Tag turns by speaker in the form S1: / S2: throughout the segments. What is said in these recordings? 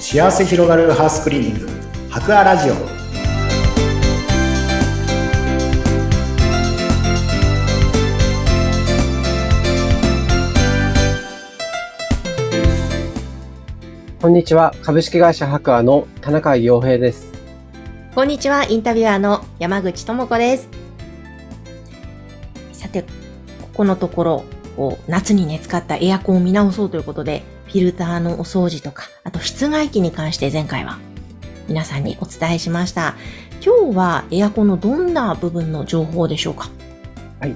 S1: 幸せ広がるハウスクリーニング博アラジオ
S2: こんにちは株式会社ハクアの田中洋平です
S3: こんにちは、インタビュアーの山口智子です。さて、ここのところ、こう夏にね、使ったエアコンを見直そうということで、フィルターのお掃除とか、あと室外機に関して前回は皆さんにお伝えしました。今日はエアコンのどんな部分の情報でしょうか
S2: えっ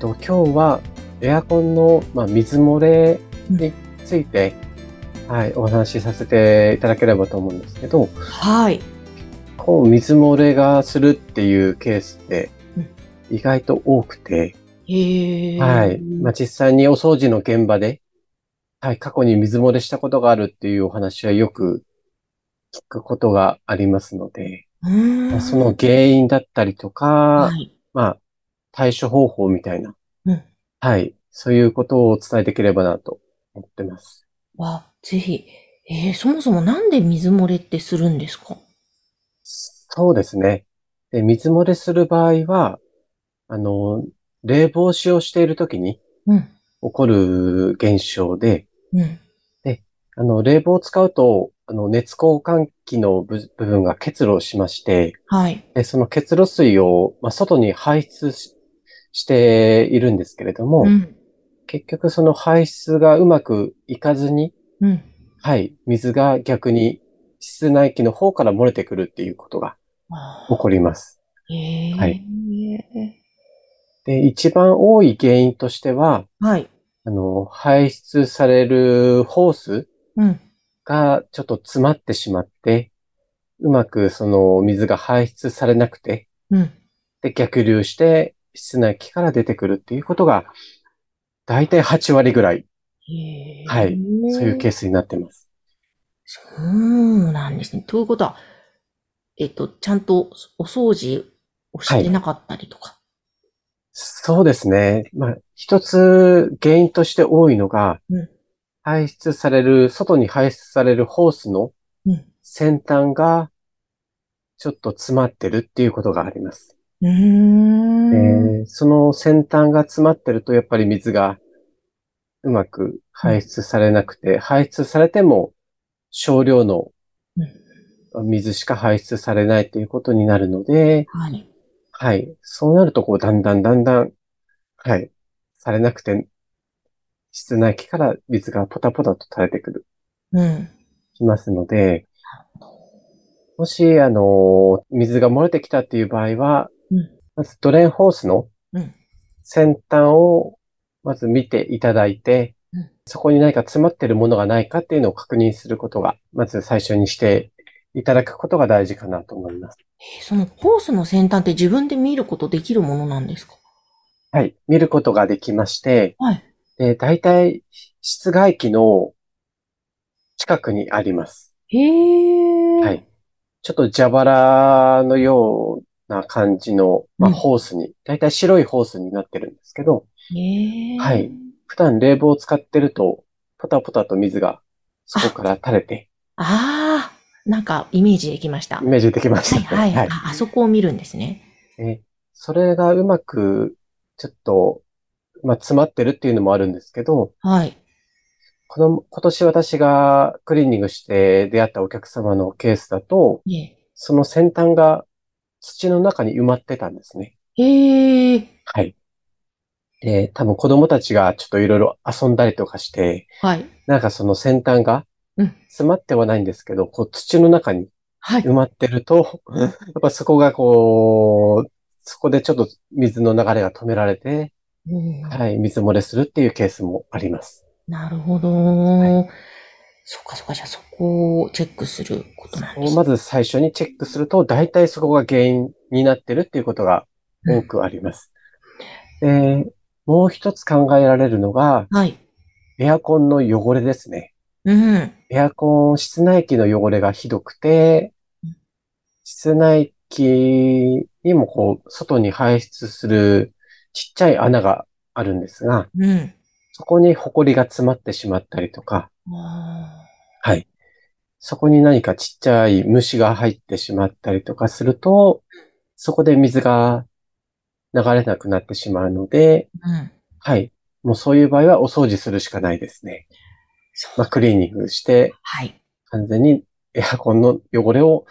S2: と今日はエアコンの、まあ、水漏れについて、はい、お話しさせていただければと思うんですけど
S3: はい。
S2: こう水漏れがするっていうケースって
S3: うん
S2: 意外と多くて、
S3: へえ。
S2: はいまあ、実際にお掃除の現場で、はい、過去に水漏れしたことがあるっていうお話はよく聞くことがありますので、
S3: うーん。
S2: その原因だったりとか、
S3: はい。
S2: まあ、対処方法みたいな。
S3: うん
S2: はい。そういうことをお伝えできればなと思ってます。
S3: わ、ぜひ。えー、そもそもなんで水漏れってするんですか
S2: そうですね。で、水漏れする場合は、あの、冷房使用しているときに
S3: うん。
S2: 起こる現象で、
S3: うん。
S2: あの、冷房を使うと、あの、熱交換器の部部分が結露しまして、
S3: はい。
S2: でその結露水を、まあ、外に排出し、しているんですけれども、
S3: うん。
S2: 結局その排出がうまくいかずに、
S3: うん。
S2: はい。水が逆に室内機の方から漏れてくるっていうことが
S3: あー
S2: 起こります。
S3: へえ。
S2: はい。で、一番多い原因としては、
S3: はい。
S2: あの、排出されるホース
S3: うん。
S2: がちょっと詰まってしまって、うまくその水が排出されなくて、
S3: うん。
S2: で、逆流して室内機から出てくるっていうことが、だいたい8割ぐらい、
S3: へえ
S2: はい。そういうケースになってます。
S3: そうなんですね。ということは、えっと、ちゃんとお掃除をしてなかったりとか。
S2: そうですね。まあ、一つ原因として多いのが
S3: うん、
S2: 排出される、外に排出されるホースの
S3: うん
S2: 先端がちょっと詰まってるっていうことがあります。
S3: うーん。
S2: えーその先端が詰まってると、やっぱり水がうまく排出されなくて、排出されても少量の水しか排出されないっていうことになるので、
S3: はい。
S2: はい。そうなると、こう、だんだんだんだん、はい。されなくて、室内機から水がポタポタと垂れてくる、
S3: うん。
S2: きますので、もし、あの、水が漏れてきたっていう場合は
S3: うん、
S2: まずドレンホースの
S3: うん
S2: 先端を、まず見ていただいて
S3: うん、
S2: そこに何か詰まってるものがないかっていうのを確認することが、まず最初にしていただくことが大事かなと思います。
S3: えそのホースの先端って自分で見ることできるものなんですか
S2: はい、見ることができまして、
S3: はい
S2: で、大体、室外機の近くにあります。
S3: へえ。
S2: はい。ちょっと蛇腹のような感じの、まあ、
S3: うん
S2: ホースに、大体白いホースになってるんですけど、
S3: へえ。
S2: はい。普段冷房を使ってると、ポタポタと水がそこから垂れて、
S3: ああ、なんかイメージできました。
S2: イメージできまし
S3: はい
S2: た。
S3: はい。ああそこを見るんですね。
S2: え、それがうまく、ちょっと、まあ、詰まってるっていうのもあるんですけど、
S3: はい。
S2: この、今年私がクリーニングして出会ったお客様のケースだと、
S3: ええ
S2: その先端が土の中に埋まってたんですね。
S3: へえ。
S2: はい。で、多分子供たちがちょっといろいろ遊んだりとかして、
S3: はい。
S2: なんかその先端が
S3: うん
S2: 詰まってはないんですけど、こう土の中に
S3: はい。
S2: 埋まってると、やっぱそこがこう、そこでちょっと水の流れが止められて、
S3: うん
S2: はい、水漏れするっていうケースもあります。
S3: なるほど。
S2: は
S3: そっかそっか、じゃあそこをチェックすることなんで
S2: を
S3: す
S2: ま
S3: ね。
S2: ず最初にチェックすると、大体そこが原因になってるっていうことが多くあります。で、もう一つ考えられるのが、
S3: はい。
S2: エアコンの汚れですね。
S3: うん。
S2: エアコン、室内機の汚れがひどくて
S3: うん、
S2: 室内機にもこう、外に排出するちっちゃい穴があるんですが、
S3: うん。
S2: そこに埃が詰まってしまったりとか、
S3: あ
S2: はい。そこに何かちっちゃい虫が入ってしまったりとかすると、そこで水が流れなくなってしまうので、
S3: うん。
S2: はい。もうそういう場合はお掃除するしかないですね。
S3: そう。
S2: まあ、クリーニングして、
S3: はい。
S2: 完全にエアコンの汚れを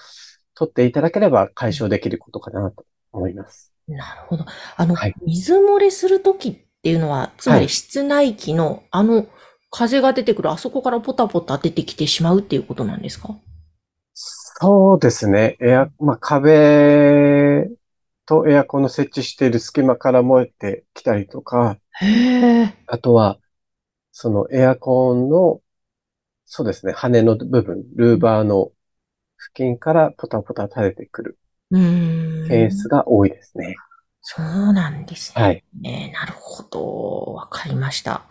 S2: 取っていただければ解消できることかなと思います。
S3: なるほど。あの、
S2: はい
S3: 水漏れするときっていうのは、つま
S2: は
S3: り
S2: い
S3: 室内機の、あの、風が出てくる、あそこからポタポタ出てきてしまうっていうことなんですか
S2: そうですね。エア、まあ、壁とエアコンの設置している隙間から漏れてきたりとか、
S3: へえ。
S2: あとは、そのエアコンの、そうですね、羽の部分、ルーバーの付近からポタポタ垂れてくる
S3: うーん。
S2: ケースが多いですね。
S3: そうなんですね。
S2: はい。
S3: ねなるほど。わかりました。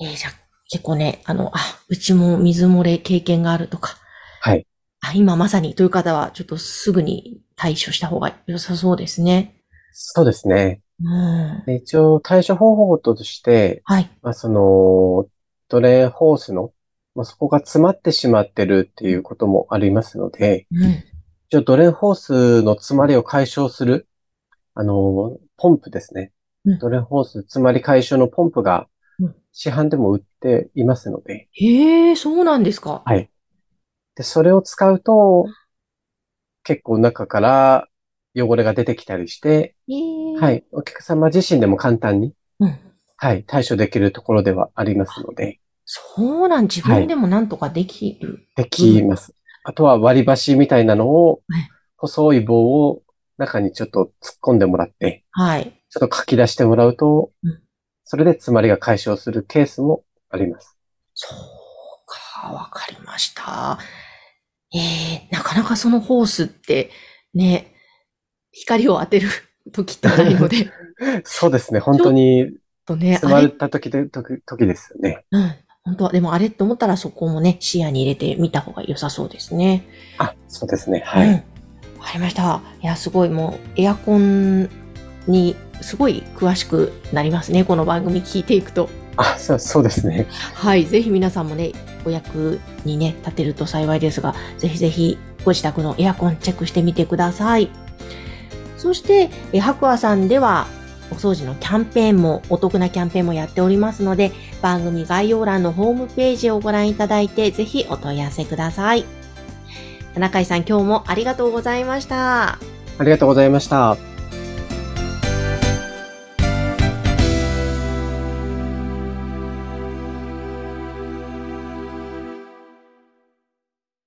S3: えーじゃあ、結構ね、あの、あ、うちも水漏れ経験があるとか。
S2: はい。
S3: あ、今まさにという方は、ちょっとすぐに対処した方が良さそうですね。
S2: そうですね。
S3: うん。
S2: で一応対処方法として、
S3: はい。
S2: まあ、その、ドレーンホースの、まあ、そこが詰まってしまってるっていうこともありますので、
S3: うん。
S2: 一応ドレーンホースの詰まりを解消する、あの、ポンプですね
S3: うん。
S2: ドレーンホース詰まり解消のポンプが
S3: うん
S2: 市販でも売っていますので、
S3: へえ、そうなんですか。
S2: はいで、それを使うと、結構中から汚れが出てきたりして、
S3: へえ
S2: は。い、お客様自身でも簡単に、
S3: うん。
S2: はい、対処できるところではありますので、
S3: そうなん、自分でもなんとかできる。
S2: できます。あとは割り箸みたいなのを
S3: はい、
S2: 細い棒を中にちょっと突っ込んでもらって、
S3: はい。
S2: ちょっと書き出してもらうと
S3: うん、
S2: それで詰まりが解消するケースもあります。
S3: そうか、わかりました。ええなかなかそのホースって、ね、光を当てる時ってない ので、ちょっ
S2: そうですね。本当に
S3: とね、
S2: 詰
S3: あ
S2: ま
S3: れ、
S2: った時で、時時ですよね。
S3: うん、本当は、でもあれって思ったらそこもね、視野に入れてみた方が良さそうですね。
S2: あ、そうですね。は
S3: うん。
S2: い。
S3: わかりました。いや、すごい、もう、エアコンに、すごい詳しくなりますね。この番組聞いていくと。
S2: あ、そう、そうですね。
S3: はい、ぜひ皆さんもね、お役にね、立てると幸いですが、ぜひぜひご自宅のエアコンチェックしてみてください。そして、え白亜さんでは、お掃除のキャンペーンも、お得なキャンペーンもやっておりますので、番組概要欄のホームページをご覧いただいて、ぜひお問い合わせください。田中井さん、今日もありがとうございました。
S2: ありがとうございました。